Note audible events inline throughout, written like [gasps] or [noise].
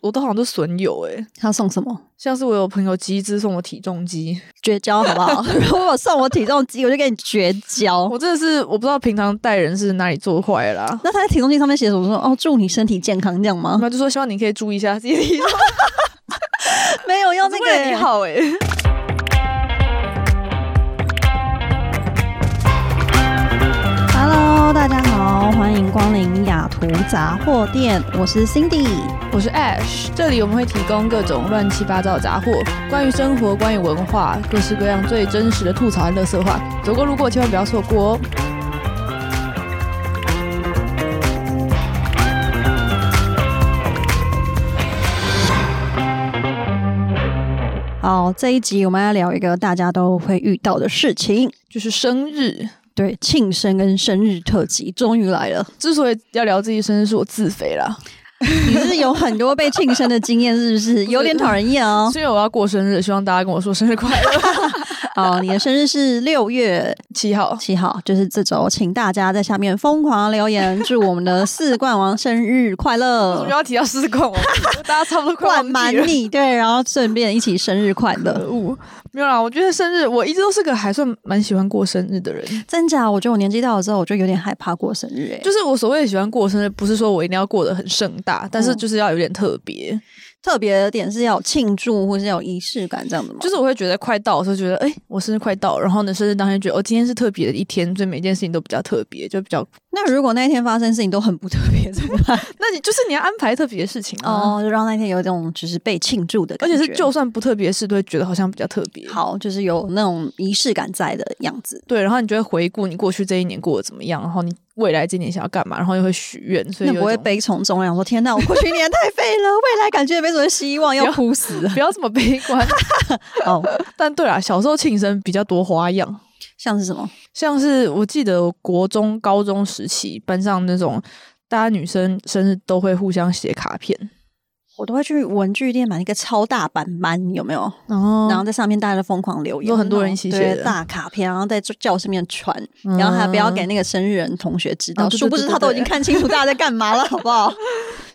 我都好像都损友诶、他送什么？像是我有朋友集资送我体重机，绝交好不好？ [laughs] 如果送我体重机，我就跟你绝交。我真的是我不知道平常待人是哪里做坏了啦。那他在体重机上面写什么？说哦，祝你身体健康这样吗然？后就说希望你可以注意一下自己的体 [laughs] 重，没有，要那是个为了你好欸诶、 Hello，大家好，欢迎光临雅图杂货店，我是 Cindy。 [laughs] 我是 Ash，这里我们会提供各种乱七八糟的杂货，关于生活，关于文化，各式各样最真实的吐槽和乐色话，走过路过千万不要错过哦。好，这一集我们要聊一个大家都会遇到的事情，就是生日，对，庆生跟生日特辑终于来了。之所以要聊自己生日，是我自肥啦，你是有很多被庆生的经验，是 [laughs] 不是？有点讨人厌哦。是因为我要过生日，希望大家跟我说生日快乐。 [laughs] 好，你的生日是六月七号，七号，就是这周，请大家在下面疯狂留言，祝我们的四冠王生日快为什乐 [laughs] 么，要提到四冠王？ [laughs] 大家差不多快冠 [laughs] 忘满记了。你，对，然后顺便一起生日快 [laughs] 乐。可恶，没有啦！我觉得生日，我一直都是个还算蛮喜欢过生日的人。真假？我觉得我年纪大了之后，我就有点害怕过生日、欸，就是我所谓的喜欢过生日，不是说我一定要过得很盛大，嗯但是就是要有点特别。特别的点是要有庆祝或是要有仪式感这样的吗？就是我会觉得快到的时候，觉得哎、诶我生日快到了，然后呢，生日当天觉得哦，今天是特别的一天，所以每件事情都比较特别，就比较……那如果那一天发生事情都很不特别怎么办？那你就是你要安排特别的事情啊， [laughs] 哦，就让那天有一种只是被庆祝的而感觉，且是就算不特别的事，都会觉得好像比较特别。好，就是有那种仪式感在的样子。对，然后你就会回顾你过去这一年过得怎么样，然后你未来今年想要干嘛，然后又会许愿，所以那有一不会种悲从中来，我说天哪，我过去一年太废了， [laughs] 未来感觉没什么希望，要哭死 [laughs] 了。不要这么悲观。哦，但对啦，小时候庆生比较多花样，像是什么？像是我记得我国中、高中时期班上那种。大家女生生日都会互相写卡片，我都会去文具店买一个超大版版，有没有？然后然后在上面大家都疯狂留言，有嗯很多人一起写的对大卡片，然后在教室里面传，嗯然后还不要给那个生日人同学知道，哦对对殊不知对对他都已经对看清楚大家在干嘛了，好不 [laughs] 好？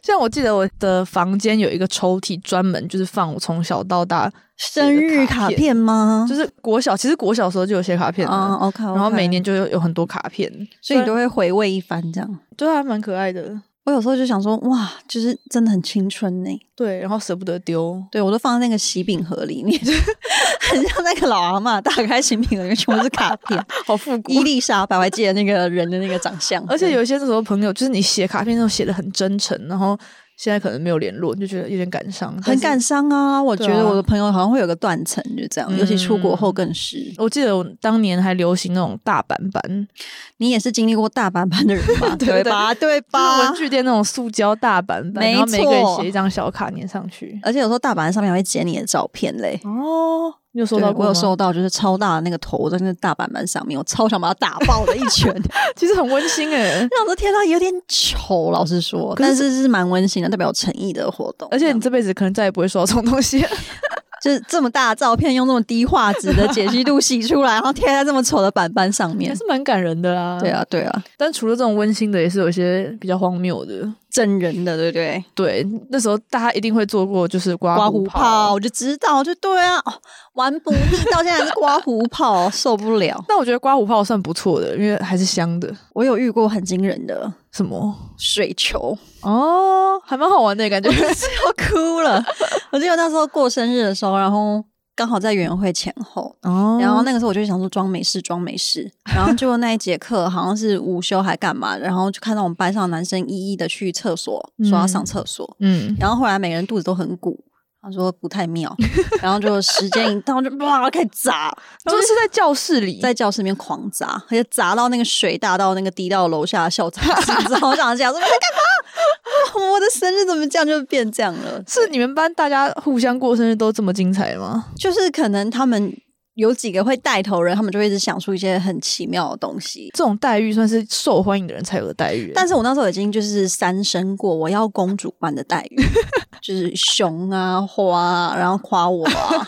像我记得我的房间有一个抽屉，专门就是放我从小到大，生日卡片吗？就是国小，其实国小时候就有写卡片啊了， ，OK，然后每，年就有有很多卡片，所以虽你都然会回味一番这样。对还蛮可爱的，我有时候就想说，哇，就是真的很青春呢、对，然后舍不得丢，对我都放在那个喜饼盒里面， [laughs] 很像那个老阿嬷打开喜饼盒，里面全部是卡片。 [laughs] 好复古伊。丽莎白，我还记得那个人的那个长相，而且对有一些那时候朋友，就是你写卡片的时候写的很真诚，然后现在可能没有联络，你就觉得有点感伤，很但感是。伤啊。我觉对得啊嗯我的朋友好像会有个断层，就这样，尤其出国后更是。我记得我当年还流行那种大板板，你也是经历过大板板的人吧？ [laughs] 对对吧？就对是吧文？具店那种塑胶大板板，没然后每个人错写一张小卡粘上去。而且有时候大板上面还会剪你的照片嘞。哦，你有收对到过我有吗收到，就是超大的那个头在那个大板板上面，我超想把它打爆的一 [laughs] 拳。让其实很温馨欸 [laughs] 诶，我说天呐，有点丑，老实说，可是但是是蛮温馨的，代表有诚意的活动。而且你这辈子可能再也不会收到这种东西了。就是这么大的照片，用这么低画质的解析度洗出来，然后贴在这么丑的板板上还 [laughs] 面。是蛮感人的啦。对，啊，对啊，但除了这种温馨的，也是有一些比较荒谬的。整人的，对不对？对，那时候大家一定会做过，就是刮刮胡胡泡，。我就知道，就对啊，哦玩不腻，到现在还是刮胡泡，受不了。但我觉得刮胡泡算不错的，因为还是香的。我有遇过很惊人的什么？水球，哦，还蛮好玩的感 [laughs] 觉。我哭了。我记得那时候过生日的时候，然后刚好在园游会前后，哦然后那个时候我就想说装没事，装没事。然后结果那一节课好像是午休还干嘛，然后就看到我们班上的男生一一的去厕所，说要上厕所。嗯，然后后来每个人肚子都很鼓，他说不太妙。然后就时间一到就哇开始砸，就是在教室里，在教室里面狂砸，而且砸到那个水大到那个滴到楼下的校长室，你知道我想讲说你在干嘛？我 [laughs] 的生日怎么这样就变这样了？是你们班大家互相过生日都这么精彩吗？就是可能他们有几个会带头人，他们就会一直想出一些很奇妙的东西。这种待遇算是受欢迎的人才有的待遇。但是我那时候已经就是三生过，我要公主般的待遇， [laughs] 就是熊啊、花啊，然后夸我 [laughs] 啊，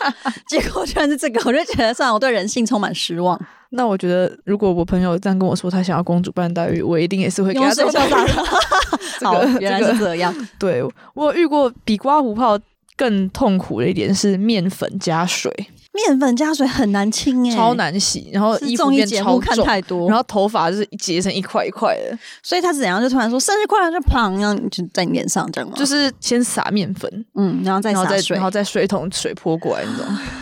结果居然是这个，我就觉得算了，我对人性充满 [laughs] 失望。那我觉得，如果我朋友这样跟我说他想要公主般待遇，我一定也是会给 [laughs] 用他这水种潇洒待遇。 [laughs] 这好个，原来是这个这样。对我有遇过比刮胡泡更痛苦的一点是面粉加水，面粉加水很难清哎、超。难洗，然后是衣服综艺变节目超看重。太多，然后头发就是结成一块一块的，所以他是怎样就突然说生日快乐，就砰，然后你就在你脸上这样吗？就是先撒面粉，嗯，然后再然后洒再水然，后再水桶水泼过来那种。 [gasps]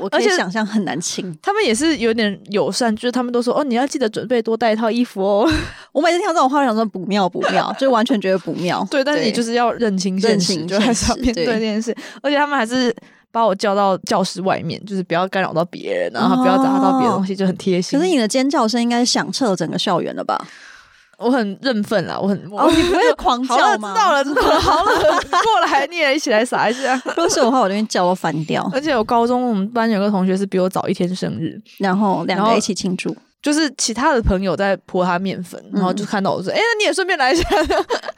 我可以而且想象很难清。他们也是有点友善，就是他们都说哦，你要记得准备多带一套衣服哦。 [laughs] 我每次听到这种话，我想说不妙不妙，就完全觉得不妙。 [laughs] 对，但是你就是是要认清现认实，清就还现是要实面对对这件事。而且他们还是把我叫到教室外面，就是不要干扰到别人，然后不要砸到别的东西，就很贴心。可是你的尖叫声应该响彻整个校园了吧？我很认份啦，我很哦，你不 [laughs] 会狂好了，叫知吗？ [laughs] 道了，知道了，好了，过来，你也一起来撒一下。如果是我的话，我就会叫我翻掉，而且我高中我们班有个同学是比我早一天生日，然后两然后个一起庆祝。就是其他的朋友在泼他面粉，然后就看到我说：“哎、那你也顺便来一下。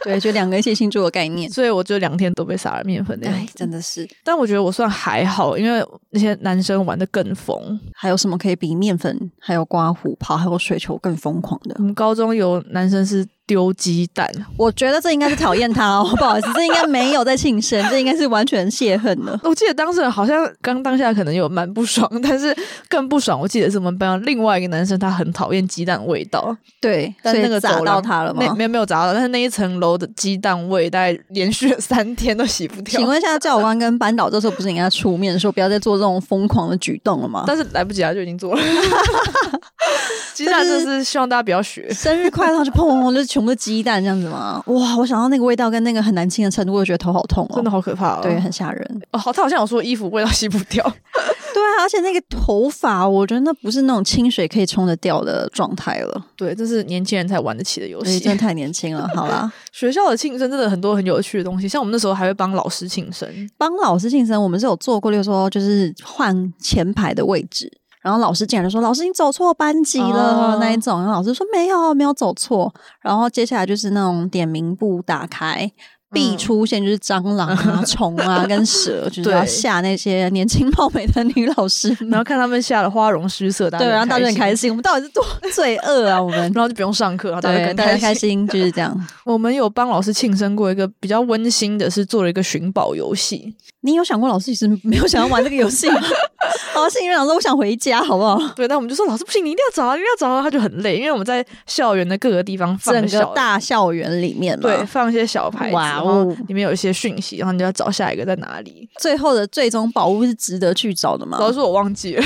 对，就两个一起庆祝的概”念。所以我就两天都被撒了面粉那样 [laughs] 哎子，。真的是，但我觉得我算还好，因为那些男生玩的更疯。还有什么可以比面粉、还有刮胡泡、还有水球更疯狂的我？们高中有男生是丢鸡蛋，我觉得这应该是讨厌他哦，不好意思，这应该没有在庆生，这应该是完全泄恨了。我记得当事人好像刚当下可能有蛮不爽，但是更不爽，我记得是我们班上另外一个男生，他很讨厌鸡蛋味道，对，但所以那个砸走到廊他了那吗？没有没有砸到，但是那一层楼的鸡蛋味大概连续三天都洗不掉请。问一下，教官跟班导这时候不是应该出面说不要再做这种疯狂的举动了吗？但是来不及啊，就已经 [laughs] 做了。鸡蛋真是希望大家不要学。 [laughs] 生日快乐就砰砰砰，就全部都鸡蛋这样子吗？哇，我想到那个味道跟那个很难清的程度，我就觉得头好痛哦。真的好可怕哦！对，很吓人。哦，好，他好像有说衣服味道洗不掉，对啊，而且那个头发，我觉得那不是那种清水可以冲得掉的状态了。对，这是年轻人才玩得起的游所以真戏的。太年轻了。好啦， [laughs] 学校的庆生真的很多很有趣的东西，像我们那时候还会帮老师庆生，帮老师庆生，我们是有做过，就是说就是换前排的位置，然后老师竟然就说：“老师，你走错班级了。哦那一种，然后老师说：“没有，没有走错。”然后接下来就是那种点名簿打开。必嗯出现就是蟑螂啊、 [laughs] 虫啊、跟蛇，就是要对吓那些年轻貌美的女老师然们。后看他们吓得花容失色，大家嗯对，然啊后大家很开心，心。我们到底是多 [laughs] 罪恶啊？我们然后就不用上课，然后大家对更 [laughs] 大家开开心。心就是这样。 [laughs] 我们有帮老师庆生过一个比较温馨的，是做了一个寻宝游戏。你有想过老师其实没有想要玩这个游戏吗？ [laughs] 老师，你想说我想回家，好不好？对，但我们就说老师不行，你一定要找啊，你一定要找啊，他就很累，因为我们在校园的各个地方放整个小大校园里面嘛。对，放一些小牌子，哇然哦后里面有一些讯息，然后你就要找下一个在哪里。最后的最终宝物是值得去找的嘛？老师说我忘记了，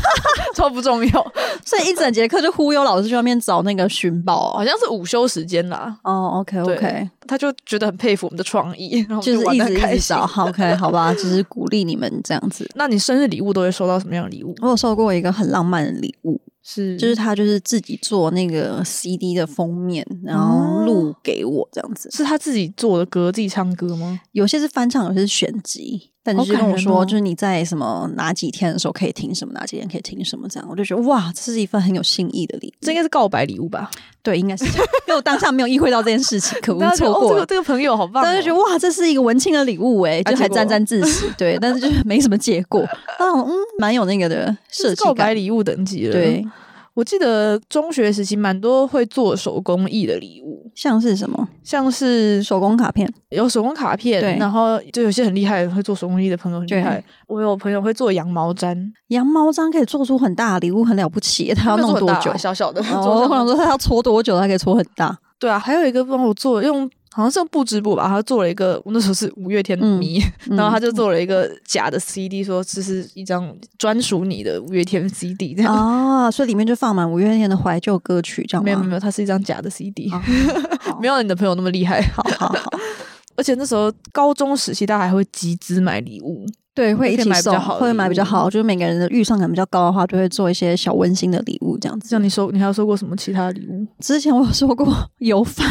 [laughs] 超不重要， [laughs] 所以一整节课就忽悠老师去外面找那个寻宝好哦。像是午休时间啦。哦，OK 对 OK，他就觉得很佩服我们的创 [laughs] 意，然后我们就是玩一得直很一开直心找。好，OK，[laughs] 好吧，就是鼓励你们这样子。那你生日礼物都会收到什么样的礼物？我有收过一个很浪漫的礼物，是就是他就是自己做那个 CD 的封面，然后录给我这样子。是他自己做的歌，自己唱歌吗？有些是翻唱，有些是选集，但好就是感跟我人说，哦就是你在什么哪几天的时候可以听什么，哪几天可以听什么，这样我就觉得哇，这是一份很有新意的礼物这。应该是告白礼物吧？对，应该是这样，因为我当下没有意会到这件事情，可大恶，家觉得错过哦、这了个。这个朋友好棒、哦，大家就觉得哇，这是一个文青的礼物哎，啊就还结果沾沾自喜，对，但是就是没什么结果。当然，嗯，蛮有那个的这设是计告白感，礼物等级了。对，，我记得中学时期蛮多会做手工艺的礼物，像是什么像是手工卡片，有手工卡对片，然后就有些很厉害的会做手工艺的朋友很厉对害。我有朋友会做羊毛毡，羊毛毡可以做出很大的礼物，很了不起，他要没有弄做很多大啊久？小小的，哦， [laughs] 做我想上说他要搓多久，他可以搓很大，对啊，还有一个帮我做用。好像是用布织布吧，他做了一个，我那时候是五月天嗯迷， [laughs] 然后他就就做了一个假的 CD，说这是一张专属你的五月天 CD 这样。啊，所以里面就放满五月天的怀旧歌曲，这样没有没有吗？没有，它是一张假的 CD，、好没有你的朋友那么厉害。 [laughs] 好好好，而且那时候高中时期，大家还会集资买礼物，对，会一可以起买比较送，好的会礼买比较物好，就是每个人的预算感比较高的话，就会做一些小温馨的礼物这样子。[laughs] 嗯像你收，你还有收过什么其他礼物？之前我有说过 [laughs] 油饭，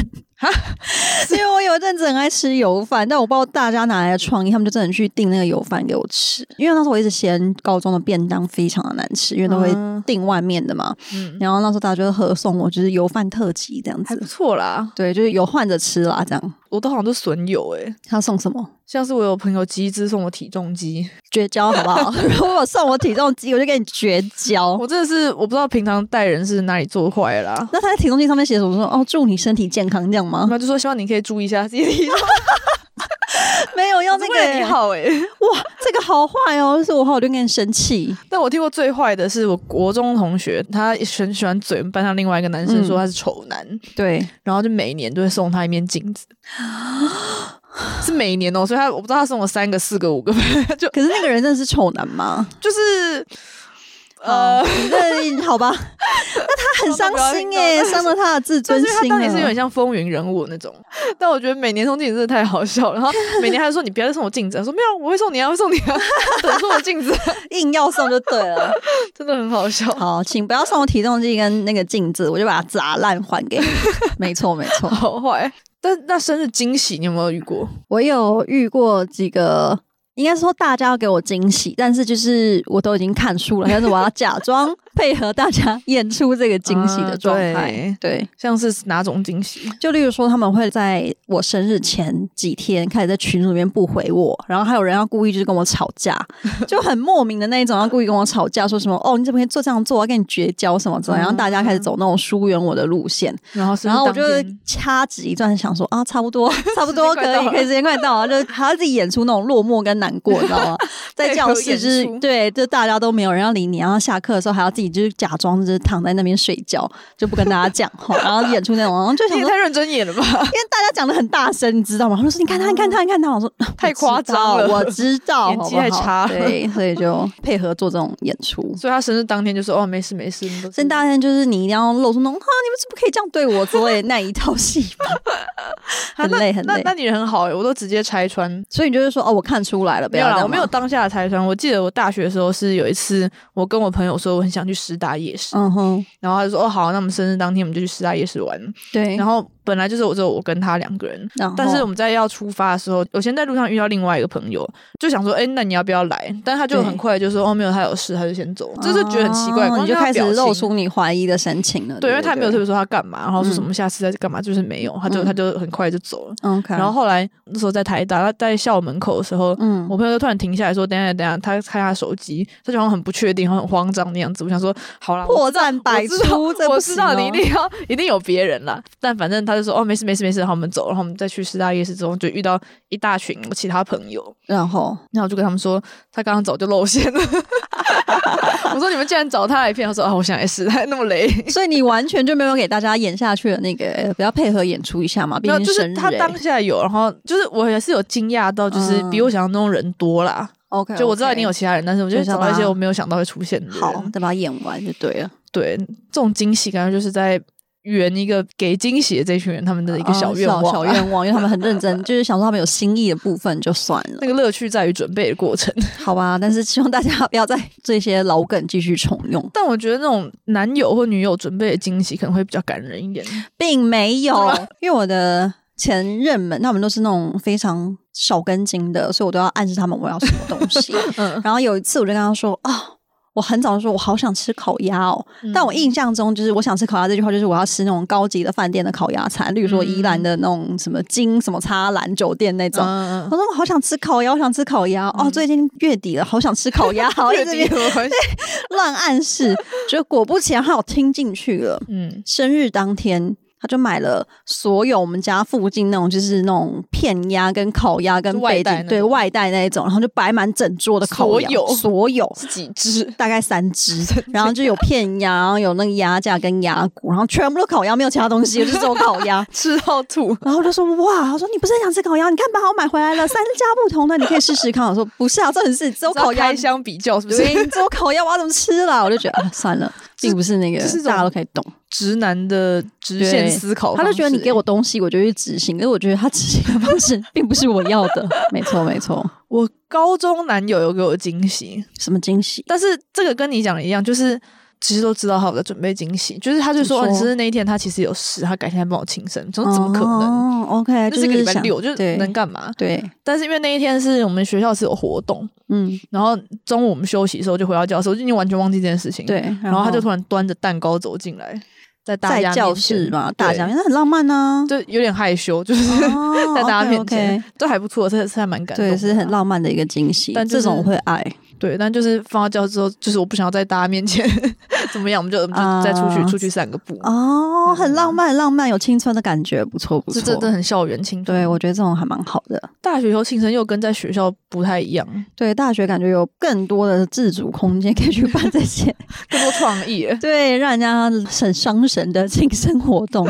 因为我我有一阵子很爱吃油饭，但我不知道大家哪来的创意，他们就真的去订那个油饭给我吃。因为那时候我一直嫌高中的便当非常的难吃，因为都会嗯订外面的嘛。嗯，然后那时候大家就合送我，就是油饭特辑这样还不子。错啦。对，就是有换着吃啦，这样。我都好像都损友诶、他送什么？像是我有朋友集资送我体重机，绝交好不好？ [laughs] 如果送我体重机，我就跟你绝交。我真的是我不知道平常待人是哪里做坏了啦。那他在体重机上面写什么？说哦，祝你身体健康这样吗然？后就说希望你可以注意一下自己的体重，没有，要那是个为了你好欸 [laughs] 诶、哇，这个好坏哦，就是我话我就跟你生气。但我听过最坏的是我国中同学，他很喜欢嘴班上另外一个男嗯生说他是丑男， [laughs] 对，然后就每年都会送他一面镜子，是每年哦，所以他我不知道他送了三个、四个、五个，就可是那个人真的是丑男 [laughs] 吗？嗯就是 [laughs] 呃，那好吧，那他很 [laughs] 伤心耶，伤了他的自但尊是他心啊当年是有点了。像风云人物那种，但我觉得每年送镜子真的太好笑了。然后每年他就说你不要再送我镜子，我说没有，我会送你啊，我会送你啊，等送我镜子，啊硬要送就对了。真的很好笑。好，请不要送我体重计跟那个镜子，我就把它砸烂还 [laughs] 给你。没错，没错。好坏。但那生日惊喜你有没有遇过？我有遇过几个，应该说大家要给我惊喜，但是就是我都已经看书了，但是我要假装配合大家演出这个惊喜的状态。啊对，像是哪种惊喜？就例如说，他们会在我生日前几天开始在群组里面不回我，然后还有人要故意就是跟我吵架，就很莫名的那一种，要故意跟我吵架，说什么哦你怎么可以做这样做，我要跟你绝交什么之类的，然后大家开始走那种疏远我的路线，然后是然后我就当天掐指一算，想说啊，差不多，差不多时间快可到以，了可以，时间快到了，就还要自己演出那种落寞跟难过，你知道 [laughs] 吗？在教室就是配合演出对，就大家都没有人要理你，然后下课的时候还要自己就是假装就是躺在那边睡觉，就不跟大家讲话，然后演出那种，然后就想你也说，因太认真演了 [laughs] 吧？为大家讲的很大声，你知道吗？他们说你看他，你看他，你看他，我说啊哦太 [laughs] 我知夸张了道我知道，演好技不太好差了 [laughs] 对，所以就配合做这种演出。所以他生日当天就说：“哦，没事没事。”你都所以大天就是你一定要露出那种啊，你们是不可以这样对我之类的那一套戏 [laughs] 法，很累很啊那累。那你人很好、欸，我都直接拆穿。所以你就是说，哦，我看出来了，不没要有这啦，样我没有嘛，当下的拆穿。我记得我大学的时候是有一次，我跟我朋友说我很想去师大夜市，嗯哼，然后他就说：“哦，好，那我们生日当天我们就去师大夜市玩。”对，然后本来就是我只有我跟他两个人，然后哦但是我们在要出发的时候，我先在路上遇到另外一个朋友，就想说：“哎、那你要不要来？”但他就对很快就说：“哦，没有，他有事，他就先走。”就是觉得很奇怪，哦光你就看他开始表情露出你怀疑的神情了。对，对，因为他也没有特对别说他干嘛，然后说什么下次再干嘛，就是没有，他就嗯他就很快就走了。 OK，然后后来那时候在台大，他在校门口的时候，嗯，我朋友就突然停下来说：“等一下，等一下。”他看他手机，他就好像很不确定，好像很慌张的样子。我想说，好啦， [laughs] 我破绽百知道出，这我不知行道你一哦定要一定有别人啦。但反正他就说：“哦，没事没事没事。”然后我们走，然后我们再去师大夜市之后，就遇到一大群我其他朋友。然后然后我就跟他们说，他刚刚走就露馅 [laughs] 了。我说：“你们竟然找他来骗？”他说：“啊，我想也是，他那么 [laughs] 雷。”所以你完全就没有给大家演下去的那个， [laughs] 呃不要配合演出一下嘛，毕没有，竟就是生日他欸当下有，然后就是我也是有惊讶到，就是比我想象中人多啦。嗯 OK，就我知道一定有 OK，其他人，但是我就就是找把到一些它我没有想到会出现的人。好，再把它演完就对了。对，这种惊喜感觉就是在圆一个给惊喜的这群人他们的一个小嗯愿望啊、小愿 [laughs] 望，因为他们很认真，就是想说他们有新意的部分就算了， [laughs] 那个乐趣在于准备的过程。 [laughs] 好吧。但是希望大家不要再这些老梗继续重用，但我觉得那种男友或女友准备的惊喜可能会比较感人一点。并 [laughs] 没有是吗，因为我的前任们，他们都是那种非常少根筋的，所以我都要暗示他们我要什么东西。 [laughs] 嗯，然后有一次，我就跟他说啊。我很早就说，我好想吃烤鸭哦。嗯但我印象中，就是我想吃烤鸭这句话，就是我要吃那种高级的饭店的烤鸭餐，例如嗯说宜兰的那种什么金什么叉兰酒店那种。嗯嗯嗯我说我好想吃烤鸭，我想吃烤鸭、哦！最近月底了，好想吃烤鸭， [laughs] 好一月直底有没有关系？乱暗示，就果不其然，他有听进去了。 [laughs] 嗯，生日当天，他就买了所有我们家附近那种就是那种片鸭跟烤鸭跟就外背带景那对种外带那一种，然后就摆满整桌的烤鸭，所有所有是几只？大概三 [laughs] 只，然后就有片鸭，然后有那个鸭架跟鸭骨，然后全部都烤鸭，没有其他东西，就只有烤鸭。 [laughs] 吃到吐。然后我就说哇，他说你不是很想吃烤鸭？你看吧，我买回来了，三家不同的，你可以试试看。我说不是啊，这很是只有烤烤鸭开，箱比较是不是？对，你只有烤鸭，我要怎么 [laughs] 吃啦？我就觉得、啊、算了，并不是那个这是一种大家都可以懂。直男的直线对思考方式，他就觉得你给我东西，我就去执行，可是我觉得他执行的方式并不是我要的。 [laughs] 没错，没错，我高中男友有给我惊喜，什么惊喜？但是这个跟你讲的一样，就是其实都知道他有在准备惊喜，就是他就说，怎哦，么说你生日那一天他其实有事，他改天来帮我庆生。我说怎么可能？哦？OK，那就是个礼拜想六，就是对能干嘛？对，但是因为那一天是我们学校是有活动，嗯，然后中午我们休息的时候就回到教室，我就已经完全忘记这件事情。对，，然后他就突然端着蛋糕走进来，在大在家教面室前嘛，大对家那很浪漫呢、就有点害羞，就是 [laughs] 哦在大家面前 OK，OK 都还不错，这是还蛮感动的对，啦，是很浪漫的一个惊喜，但就是这种我会爱对，但就是放到教室之后，就是我不想要在大家面前 [laughs] 怎么样，我们就我们 [laughs] 就再出去、啊出去散个步，哦，很浪漫，很浪漫，有青春的感觉，不错不这错，这真的很校园青春。对我觉得这种还蛮好的。大学以后庆生又跟在学校不太一样，对，大学感觉有更多的自主空间可以去办这些，更多创意耶。 [laughs] 对，让人家很伤神的庆生活 [laughs] 动。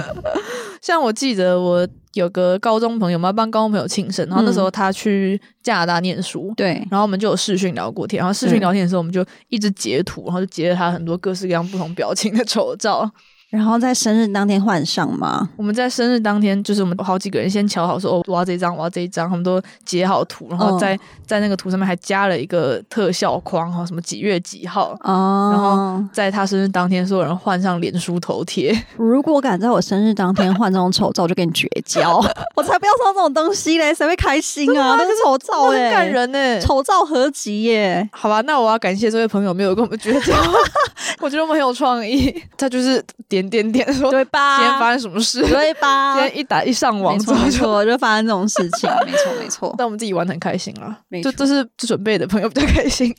像我记得我有个高中朋友嘛，帮高中朋友庆生，然后那时候他去加拿大念书。嗯对，然后我们就有视讯聊过天，然后视讯对聊天的时候，我们就一直截图，然后就截了他很多各式各样不同表情的丑照。然后在生日当天换上嘛，我们在生日当天，就是我们好几个人先瞧好说，哦，我要这张，我要这一张，他们都截好图，然后嗯在、在那个图上面还加了一个特效框，哈，什么几月几号，哦，在他生日当天，所有人换上脸书头贴，如果敢在我生日当天换这种丑照，我就跟你绝 [laughs] 交，我才不要送这种东西嘞，谁会开心啊？那是丑照哇哎、 [laughs] 很感，人欸呢、丑照合集耶，好吧，那我要感谢这位朋友没有跟我们绝 [laughs] 交， [laughs] 我觉得我们很有创意。他就是点点点说对今天吧？发生什么事，今对吧？天一打一上网没之错后没就，错，就发生这种事情，没错没 [laughs] 错。但我们自己玩的很开心啦没，就错这是准备的朋友比较开心。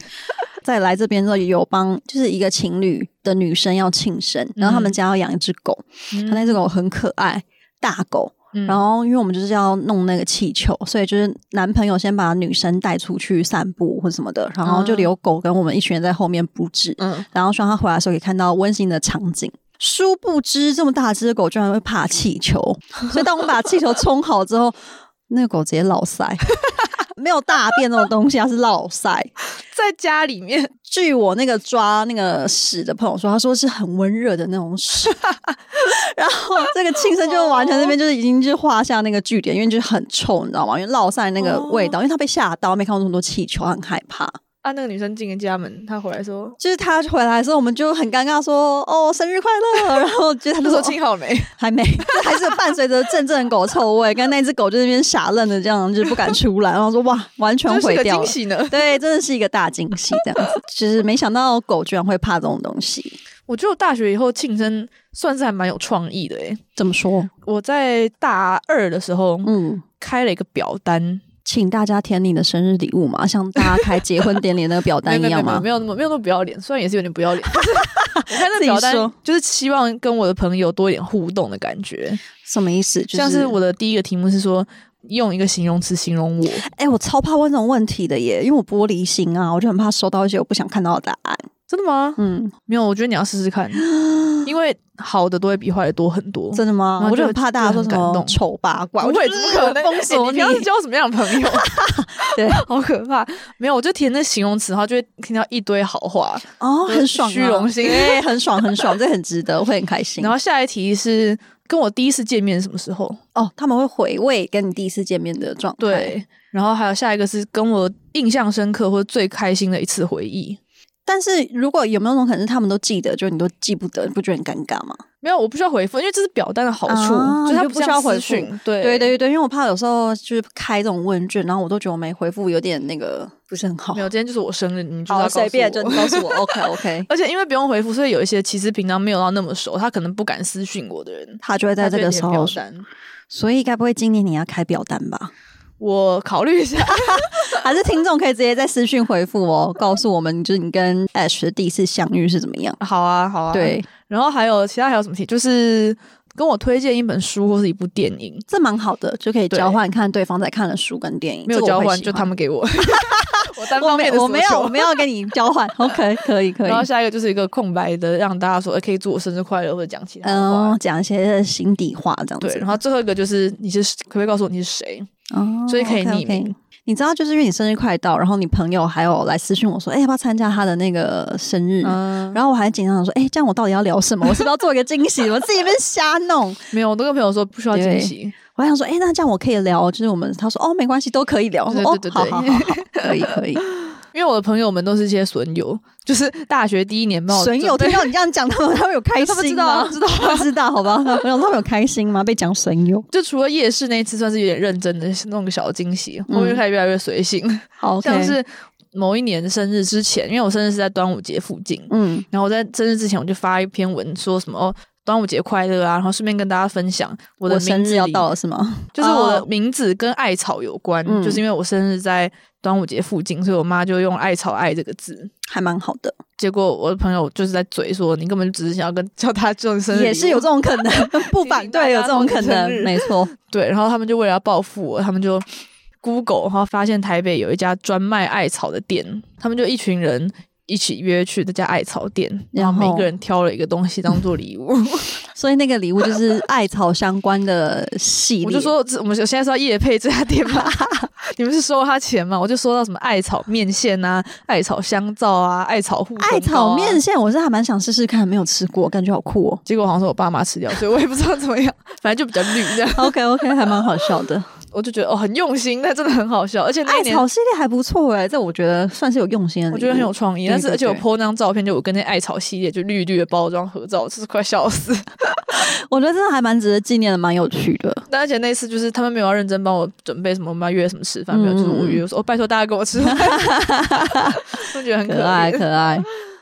在来这边之后，有帮就是一个情侣的女生要庆生，然后他们家要养一只狗，[laughs] 他那只狗很可爱，大狗。嗯然后因为我们就是要弄那个气球，所以就是男朋友先把女生带出去散步或什么的，然后就留狗跟我们一群人在后面布置，嗯，然后希望他回来的时候可以看到温馨的场景。殊不知，这么大只的狗居然会怕气 [laughs] 球，所以当我们把气球冲好之后，那个狗直接落塞， [laughs] 没有大便这种东西，它是落塞。在家里面，据我那个抓那个屎的朋友说，他说是很温热的那 [laughs] 种屎，然后这个庆生就完全那边就是已经就画下那个据点，因为就是很臭，你知道吗？因为落晒那个哦味道，因为他被吓到，没看过那么多气球，他很害怕。啊，那个女生进了家门，她回来说，就是他回来的时候，我们就很尴尬说：“哦，生日快乐！”然后就他那就时候：“说亲好 [laughs] 没？哦还没，这还是伴随着阵阵狗臭味。”跟那只狗就在那边傻愣的这样，就是不敢出来。然后说：“哇，完全这是毁个掉惊了。”喜呢。对，真的是一个大惊喜，这样子，就是没想到狗居然会怕这种东西。我觉得我大学以后庆生算是还蛮有创意的诶。怎么说？我在大二的时候嗯，开了一个表单，请大家填你的生日礼物 [laughs] 嘛，像大家开结婚典礼的那个表单一没有样没有吗没？有没有那么没有那么不要脸，虽然也是有点不要脸。 [laughs] 但是我看那自己表单说，就是希望跟我的朋友多一点互动的感觉。什么意思？就像是我，的第一个题目是说，用一个形容词形 [laughs] 容我。哎、我超怕问这种问题的耶，因为我玻璃心啊，我就很怕收到一些我不想看到的答案。真的吗？嗯，没有，我觉得你要试试 [gasps] 看，因为好的都会比坏的多很多。真的吗然？后我就就很怕大家说什就很感么动丑八怪，不我就会，是怎么可能？封哎锁你你不要是交什么样的朋友？对，好可怕！没有，我就填那形容词，然后就会听到一堆好话。 [laughs] 哦，很爽、啊，虚荣心对，很爽，很爽，这很值得，会很开心。然后下一题是跟我第一次见面是什么时候？哦，他们会回味跟你第一次见面的状态。对，然后还有下一个是跟我印象深刻或者最开心的一次回忆。但是如果有没有那种可能是他们都记得，就你都记不得，你不觉得很尴尬吗？没有，我不需要回复，因为这是表单的好处，啊就是它你就不需像要回私讯复。对对对对，因为我怕有时候就是开这种问卷，然后我都觉得我没回复有点那个不是很好没。有，今天就是我生日，你们就是要好，告诉我随便就 [laughs] 你告诉我，OK OK，而且因为不用回复，所以有一些其实平常没有到那么熟，他可能不敢私讯我的人，他就会在他就这个填时候表说，单所以该不会今年你要开表单吧？我考虑一 [laughs] 下，还是听众可以直接在私讯回复哦，告诉我们就是你跟 Ash 的第一次相遇是怎么样？好啊，好啊。，对，然后还有其他还有什么题？就是跟我推荐一本书或是一部电影，这蛮好的，就可以对交换看对方在看的书跟电影，没有这个交我会换喜就欢他。们 [laughs] 给我，我单我方没面的我索没有求我没有跟你交换 [laughs] ，OK，可以可以然。后下一个就是一个空白的，让大家说，哎，可以祝我生日快乐，或者讲其他的话。嗯，讲一些心底话这样子。对，然后最后一个就是你是可不可以告诉我你是谁？哦，所以可以 OK，OK 匿名。你知道，就是因为你生日快到，然后你朋友还有来私讯我说，哎、要不要参加他的那个生日？嗯，然后我还紧张地说，哎、这样我到底要聊什么？我是不是要做一个惊喜？我自己在那边瞎弄。没有，我都跟朋友说不需要惊对喜，我还想说，哎、那这样我可以聊，就是我们他说，哦，没关系，都可以聊。我说，对对对对 [laughs] 哦，好好好好，可以可以。因因为我的朋友们都是一些损友，就是大学第一年冒损友听到你这样讲，他们他们有 [laughs] 开他们心知道啊吗？知道啊不知道好吧？没有，他们有开心吗？被讲损友，就除了夜市那一次算是有点认真的弄个小惊喜，嗯后面就开始越来越随性，好，像是某一年生日之前，因为我生日是在端午节附近，嗯然后我在生日之前我就发一篇文说什么哦端午节快乐啊，然后顺便跟大家分享我我的名字生日要里到了是吗？就是我的哦名字跟艾草有关，嗯就是因为我生日在端午节附近，所以我妈就用“艾草艾”这个字。还蛮好的，结果我的朋友就是在嘴说，你根本就只是想要跟叫他祝生日礼物，也是有这种可能， [laughs] 不反对有这种可提醒大家能过生，日没错。对。然后他们就为了要报复我，他们就 Google，然后发现台北有一家专卖艾草的店，他们就一群人。一起约去这家艾草店，然然后后每个人挑了一个东西当做礼物。所以那个礼物就是艾草相关的系列。我就说，这我们现在是要夜配这家店吗？ [laughs] 你们是收他钱吗？我就收到什么艾草面线啊、艾草香皂啊、艾草护、 [laughs] 艾草面，线，我是还蛮想试试看，没有吃过，感觉好 [laughs] 酷哦。啊结果好像是我爸妈吃掉，所以我也不知道怎么样， [laughs] 反正就比较绿这样。 OK OK，还 [laughs] 蛮好笑的。我就觉得哦，很用心，但真的很好笑，而且 [laughs] 那艾一年草系列还不错哎，这我觉得算是有用心的礼物，我觉得很有创意。对但是对而且我对 po 那张照片，就我跟那艾草系列就绿绿的包装合照，真是快笑 [laughs] 死。我觉得真的还蛮值得纪念的，蛮有趣的。但而且那次就是他们没有要认真帮我准备什么，我们要约什么吃饭，没有，就是我嗯约，我说哦，拜托大家跟我吃 [laughs] 饭， [laughs] 我觉得很可爱 [laughs] 爱。可爱，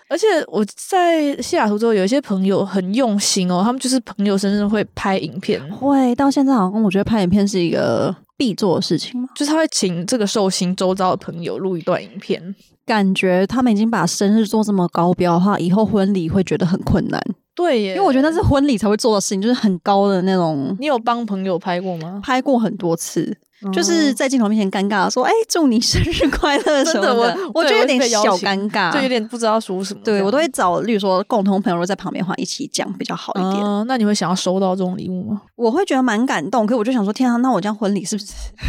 而且我在西雅图之后，有一些朋友很用心哦，他们就是朋友生日会拍影片，会到现在好像我觉得拍影片是一个必做的事情嘛，就是他会请这个寿星周遭的朋友录一段影片。感觉他们已经把生日做这么高标的话，以后婚礼会觉得很困难，对耶，因为我觉得那是婚礼才会做的事情，就是很高的那种。你有帮朋友拍过吗？拍过很多次，就是嗯在镜头面前尴尬地说：“哎、祝你生日快乐什真么的我我觉对我得有点也被邀小请尴尬，就有点不知道说什么这样。嗯对我都会找，例如说共同朋友在旁边的话，一起讲比较好一点。嗯那你会想要收到这种礼物吗？我会觉得蛮感动，可我就想说，天啊，那我这样婚礼是不是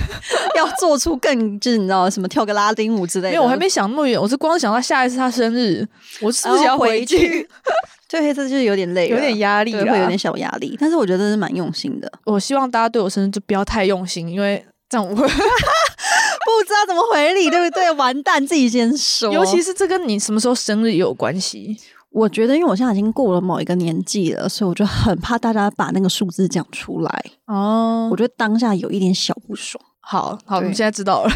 [laughs] 要做出更就是你知道什么跳个拉丁舞之类的？没有，我还没想那么远，我是光想到下一次他生日，我是不是然要后回去去？对，这就是有点累了，有点压力啊对，啦会有点小压力。但是我觉得这是蛮用心的，我希望大家对我生日就不要太用心，因为这样我 [laughs] 不知道怎么回礼，对不对？完蛋，自己先说。尤其是这跟你什么时候生日也有关系。我觉得，因为我现在已经过了某一个年纪了，所以我就很怕大家把那个数字讲出来。哦我觉得当下有一点小不爽，好好，我们对现在知道了。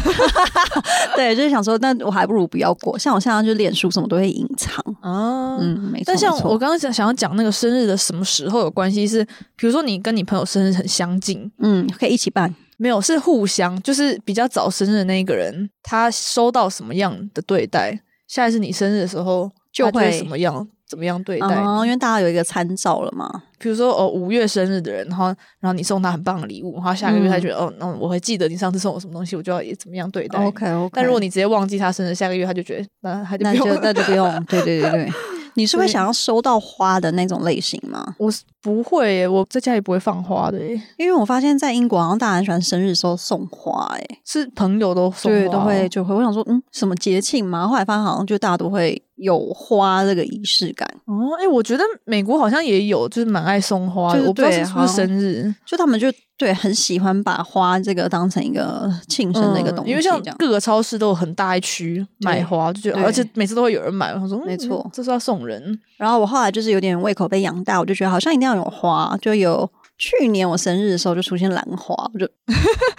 [laughs] 对，就是想说，那我还不如不要过。像我现在就脸书什么都会隐藏，啊嗯，没错。但像没错我刚刚想想要讲那个生日的什么时候有关系是，比如说你跟你朋友生日很相近，嗯，可以一起办，没有是互相，就是比较早生日的那一个人，他收到什么样的对待，下一次你生日的时候就他会会什么样怎么样对待。啊、因为大家有一个参照了嘛。比如说哦，五月生日的人，然后然后你送他很棒的礼物，然后下个月嗯他觉得、哦，那我会记得你上次送我什么东西，我就要也怎么样对待。 OK OK，但如果你直接忘记他生日，下个月他就觉得那他就 [laughs] 那不用就 [laughs] 了。那就不用，对对对对。你是会对想要收到花的那种类型吗？我是不会耶，我在家里不会放花的耶，因为我发现，在英国好像大家很喜欢生日的时候送花、欸，哎，是朋友都送花对，哦都会就会。我想说，嗯，什么节庆嘛？后来发现好像就大家都会有花这个仪式感，哦，哎、我觉得美国好像也有，就是蛮爱送花的，就是我不知道对是不好是生日就他们就对很喜欢把花这个当成一个庆生的一个嗯东西，因为像这样。各个超市都有很大一区卖花，就觉得对而且每次都会有人买，我想说没错嗯这是要送人，然后我后来就是有点胃口被养大，我就觉得好像一定要有花，就有去年我生日的时候就出现兰花，我就 [laughs]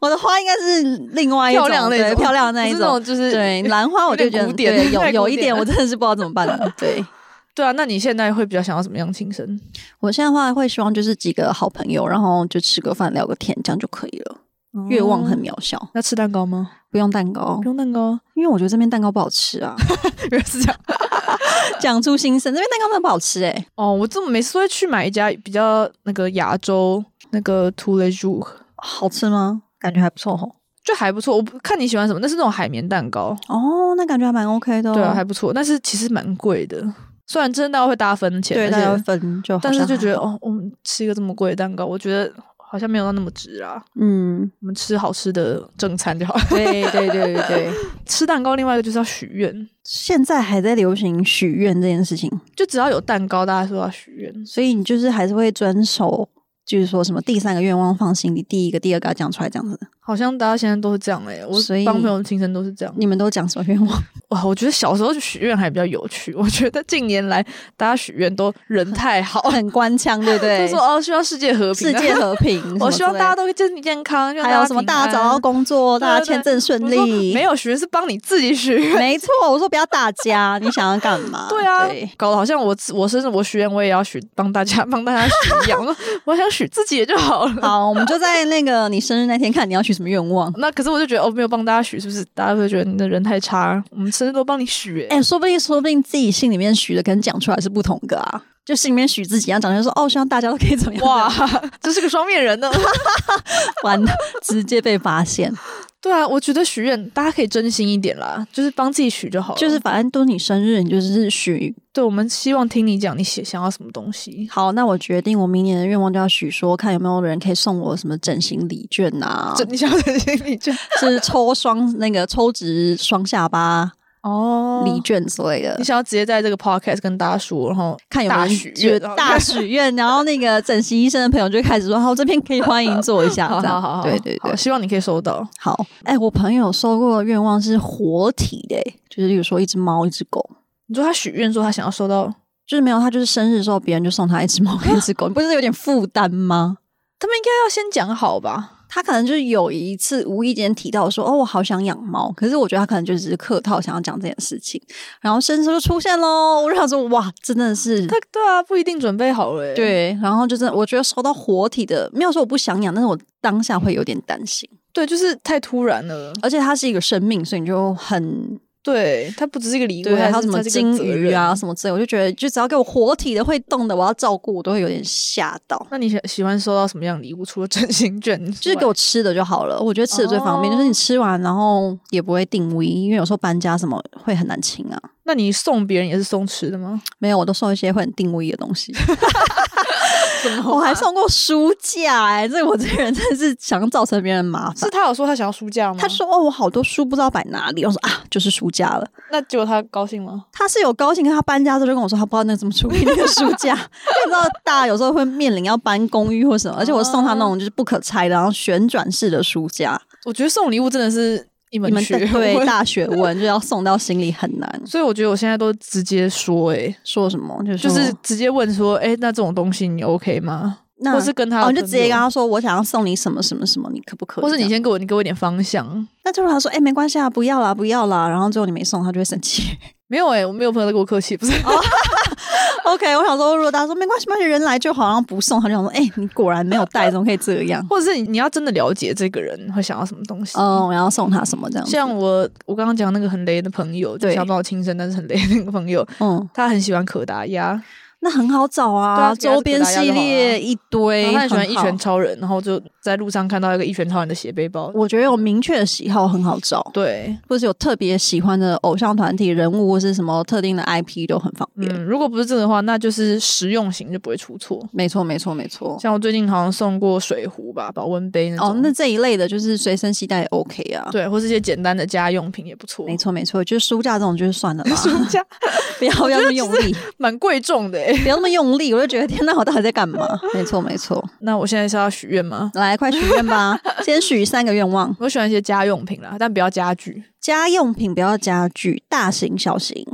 我的花应该是另外一种漂亮那对种漂亮的那一不是那种。种就是对兰花，我就觉有点得古典 [laughs] 对有太古有一典点，了我真的是不知道怎么办了。对对啊。那你现在会比较想要怎么样庆生？我现在的话会希望就是几个好朋友，然后就吃个饭聊个天，这样就可以了。愿望很哦渺小，那吃蛋糕吗？不用蛋糕不，用蛋糕，啊因为我觉得这边蛋糕不好吃啊。 [laughs] 原来是这样。 [laughs] 讲出心声，这边蛋糕真的不好吃哎、哦，我这么每次都会去买一家比较那个亚洲那个 t o l e j o 好吃吗？感觉还不错吼。就还不错。我不看你喜欢什么，那是那种海绵蛋糕，哦，那感觉还蛮 OK 的、哦。对啊，还不错。但是其实蛮贵的，虽然真的大家会大家分钱，对而大家会且分就好但是像就还觉得好哦，我们吃一个这么贵的蛋糕，我觉得好像没有到那么值啊。嗯，我们吃好吃的正餐就好。对对对对对， [laughs] 吃蛋糕，另外一个就是要许愿， [laughs] 现在还在流行许愿这件事情，就只要有蛋糕，大家说要许愿。所以你就是还是会遵守就是说什么第三个愿望放心里，第一个、第二个要讲出来这样子。好像大家现在都是这样哎、我所以帮朋友亲身都是这样。你们都讲什么愿望？哇，我觉得小时候许愿还比较有趣。我觉得近年来大家许愿都人太好，很官腔，对就不 [laughs] 对？说哦希望世界和平，世界和平， [laughs] 我希望大家都都健健康，希望还有什么大家大家平找安到工作，对大家对对签证顺我说利。没有 [laughs] 许愿是帮你自己许愿。没错，我说不要大家，你想要干嘛？ [laughs] 对啊，搞得好像我自我生日我许愿我也要许帮大家 [laughs] 帮大家许一样，我说我想许自己也就好了。 [laughs] 好，我们就在那个你生日那天看你要许什么愿望。那可是我就觉得哦，没有帮大家许，是不是？大家会觉得你的人太差，我们生日都帮你许、欸， [laughs] 哎、说不定说不定自己心里面许的跟讲出来是不同的啊。就心里面许自己，然后讲出来说哦，希望大家都可以怎么样？哇 [laughs] 哇，，这是个双面人呢。 [laughs] [laughs] 完了，直接被发现。对啊，我觉得许愿大家可以真心一点啦，就是帮自己许就好了。就是反正都是你生日，你就是许对，我们希望听你讲你想想要什么东西。好。那我决定，我明年的愿望就要许说，看有没有人可以送我什么整形礼券啊，这你想要的心理就就是抽双那个抽脂双下巴哦礼券之类的你。想要直接在这个 podcast 跟大家说，然后看有没有大人许愿，哦就然后大 [laughs] 许愿，然后那个整形医生的朋友就开始说：“好，这边可以欢迎做一下。”好这样好好好，对对对好，希望你可以收到。好。哎，我朋友收过的愿望是活体的，欸就是例如说一只猫、一只狗，你说他许愿说他想要收到，就是没有他就是生日的时候别人就送他一只猫、一 [laughs] 只狗，你不是有点负担吗？他们应该要先讲好吧？他可能就是有一次无意间提到说：“哦，我好想养猫。”可是我觉得他可能就只是客套想要讲这件事情，然后生日就出现喽。我就想说：“哇，真的是他对啊，不一定准备好了、欸。，对，然后就是我觉得收到活体的，没有说我不想养，但是我当下会有点担心，对，就是太突然了。而且它是一个生命，所以你就很对，它不只是一个礼物，对，还它是有什它么是一个金责鱼任啊。什么之类，我就觉得就只要给我活体的会动的，我要照顾，我都会有点吓到。那你喜喜欢收到什么样的礼物？除了真心卷之外，就是给我吃的就好了，我觉得吃的最方便，哦就是你吃完然后也不会定位，因为有时候搬家什么会很难清啊。那你送别人也是送吃的吗？没有，我都送一些会很定位的 [laughs] 东西。什么我还送过书架、哎，这我这个人真的是想要造成别人麻 [laughs] 烦是。他有说他想要书架吗？他说：“哦，我好多书不知道摆哪里。”我说：“啊，就是书架了。”那结果他高兴吗？他是有高兴，跟他搬家之后就跟我说，他不知道那个怎么处理那个书架，因 [laughs] 为你知道大家有时候会面临要搬公寓或什么，而且我送他那种就是不可拆的，然后旋转式的书架，我觉得送礼物真的是一你门们学问， [laughs] 对大学问就要送到心里很难。所以我觉得我现在都直接说、欸，说什么 [laughs] 就是就说是直接问说，哎、那这种东西你 OK 吗？那或是跟他的哦，你就朋直接跟友他说我想要送你什么什么什么，你可不可以？或是你这样先给我，你给我一点方向。那就是他说哎、没关系啊，不要啦不要啦，然后最后你没送他就会生气。没有哎、我没有朋友在跟我客气，不是？？[laughs] 哦 OK，我想说如果他说没关系没关系，人来就好，然后不送他就想说哎、你果然没有 [laughs] 带，怎么可以这样或者是你你要真的了解这个人会想要什么东西。嗯，我要送他什么这样子？像我我刚刚讲那个很雷的朋友，就对想帮我亲生，但是很雷的那个朋友，嗯。他很喜欢可达鸭，那很好找对啊，啊周边系列一堆，然后他很喜欢一拳好。超人，然后就在路上看到一个一拳超人的斜背包。我觉得有明确的喜好很好找，对，或是有特别喜欢的偶像团体人物或是什么特定的 IP 都很方便。嗯，如果不是这个的话，那就是实用型就不会出错。没错，没错，没错。像我最近好像送过水壶吧，保温杯那种。哦，那这一类的就是随身携带也 OK 啊。对，或是一些简单的家用品也不错。 [laughs] 没错，没错，就是书架这种就是算了吧，书架不要不要那么用力，蛮贵重的欸诶。不要那么用力，我就觉得天哪，我到底在干 [laughs] 嘛？没错，没错，那我现在是要许愿吗？来快许 [laughs] 愿吧，先许三个愿望：我喜欢一些家用品啦，但不要家具。家用品不要家具，大型、小型。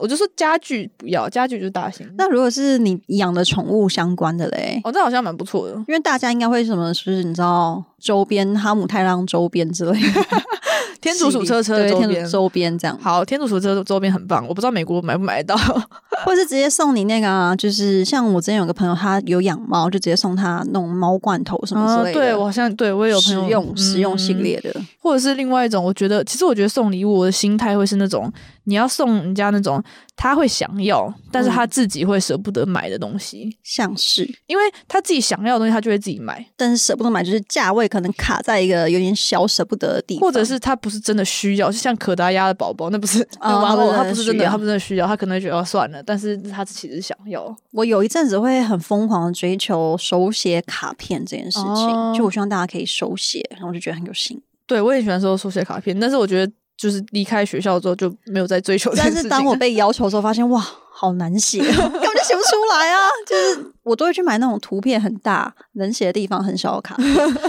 我就说家具不要，家具就是大型。那如果是你养的宠物相关的嘞，哦，这好像蛮不错的，因为大家应该会什么，就是你知道周边哈姆太郎周边之类的， [laughs] 天竺鼠车车的对周天边竺。周边这样，好，天竺鼠车周边很棒，我不知道美国买不买得到。或是直接送你那个啊，就是像我之前有个朋友，他有养猫，就直接送他那种猫罐头什么之类的，啊对我好像对我也有朋实友用实用系，嗯列的，或者是另外一种，我觉得其实我觉得送礼物，我的心态会是那种你要送人家那种他会想要，但是他自己会舍不得买的东西，像是，因为他自己想要的东西，他就会自己买，但是舍不得买，就是价位可能卡在一个有点小舍不得的地方，或者是他不是真的需要，就像可达鸭的宝宝，那不 [laughs] 是哦那玩偶，他他不不是是真真的需要的，他不是真的需要，他可能觉得哦算了，但是他其实想要。我有一阵子会很疯狂的追求手写卡片这件事情，哦就我希望大家可以手写，然后我就觉得很有心对我也喜欢收手写卡片，但是我觉得就是离开学校之后就没有再追求这件但事情。 [laughs] 是当我被要求的时候，发现哇，好难写 [laughs] 哦，根本就写不出来啊！ [laughs] 就是我都会去买那种图片很大、能写的地方很小的卡片，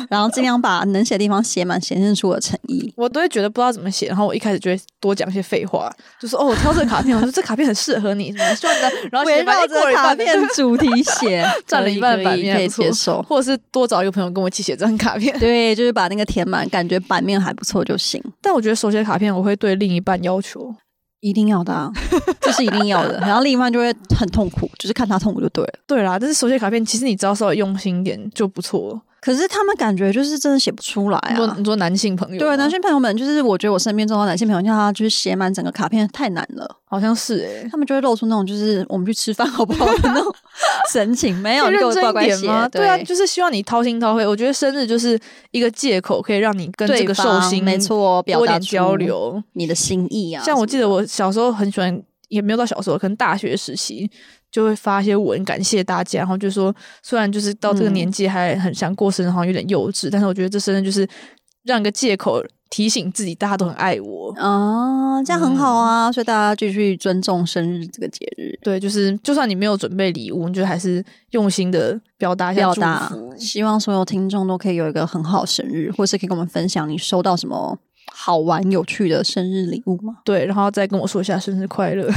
然后尽量把能写的地方写满，显现出我的诚意。我都会觉得不知道怎么写，然后我一开始就会多讲一些废话，就 [laughs] 说哦，我挑这个卡片，我说这卡片很适合你，什么希望你在， [laughs] 然后围写完绕哎过着了一卡半 [laughs] 片主题写，占了可以一半的版可以面可以不错接 [laughs] 受。或者是多找一个朋友跟我一起写这张卡片。对，就是把那个填满，感觉版面还不错就行。但我觉得手写卡片我会对另一半要求，一定要的、啊，这是一定要的。然后另一半就会很痛苦，就是看他痛苦就对了。对啦，但是手写卡片其实你只要稍微用心一点就不错了。可是他们感觉就是真的写不出来你说啊。你说男性朋友吗，对，男性朋友们，就是我觉得我身边这种男性朋友，叫他就是写满整个卡片太难了，好像是诶、他们就会露出那种就是我们去吃饭 [laughs] 好不好的 [laughs] 那种神情，没有，可以你给我认真乖一乖点写吗？。对啊，就是希望你掏心掏肺。我觉得生日就是一个借口，可以让你跟这对个方寿星没错，表多达点交出流。你的心意啊。像我记得我小时候很喜欢，也没有到小时候，可能大学时期就会发一些文感谢大家，然后就说虽然就是到这个嗯年纪还很想过生日，好像有点幼稚，但是我觉得这生日就是让一个借口提醒自己，大家都很爱我。啊，这样很好啊，嗯所以大家继续尊重生日这个节日，对，就是就算你没有准备礼物，你就还是用心的表达一下表祝达福。希望所有听众都可以有一个很好的生日，或是可以跟我们分享你收到什么好玩有趣的生日礼物吗？对，然后再跟我说一下生日快 [laughs] 乐。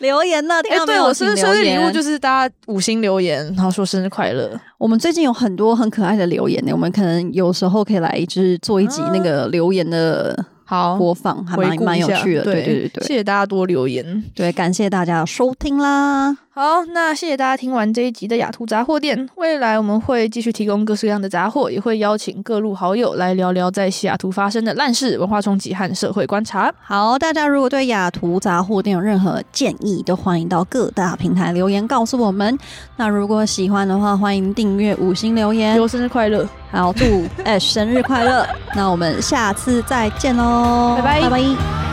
留言呢？哎、听到没对有？我生日请生留日礼物言就是大家五星留言，然后说生日快乐。我们最近有很多很可爱的留言呢，我们可能有时候可以来就是做一集啊那个留言的好，播放，还回蛮顾蛮一有下趣的。对对对谢对谢大家多留言。对，感谢大家的收听啦。好，那谢谢大家听完这一集的雅图杂货店。未来我们会继续提供各式各样的杂货，也会邀请各路好友来聊聊在西雅图发生的烂事、文化冲击和社会观察。好，大家如果对雅图杂货店有任何建议，都欢迎到各大平台留言告诉我们。那如果喜欢的话，欢迎订阅、五星留言。祝生日快乐！ [laughs] 好，祝 Ash 生日快乐！那我们下次再见喽，拜拜拜拜。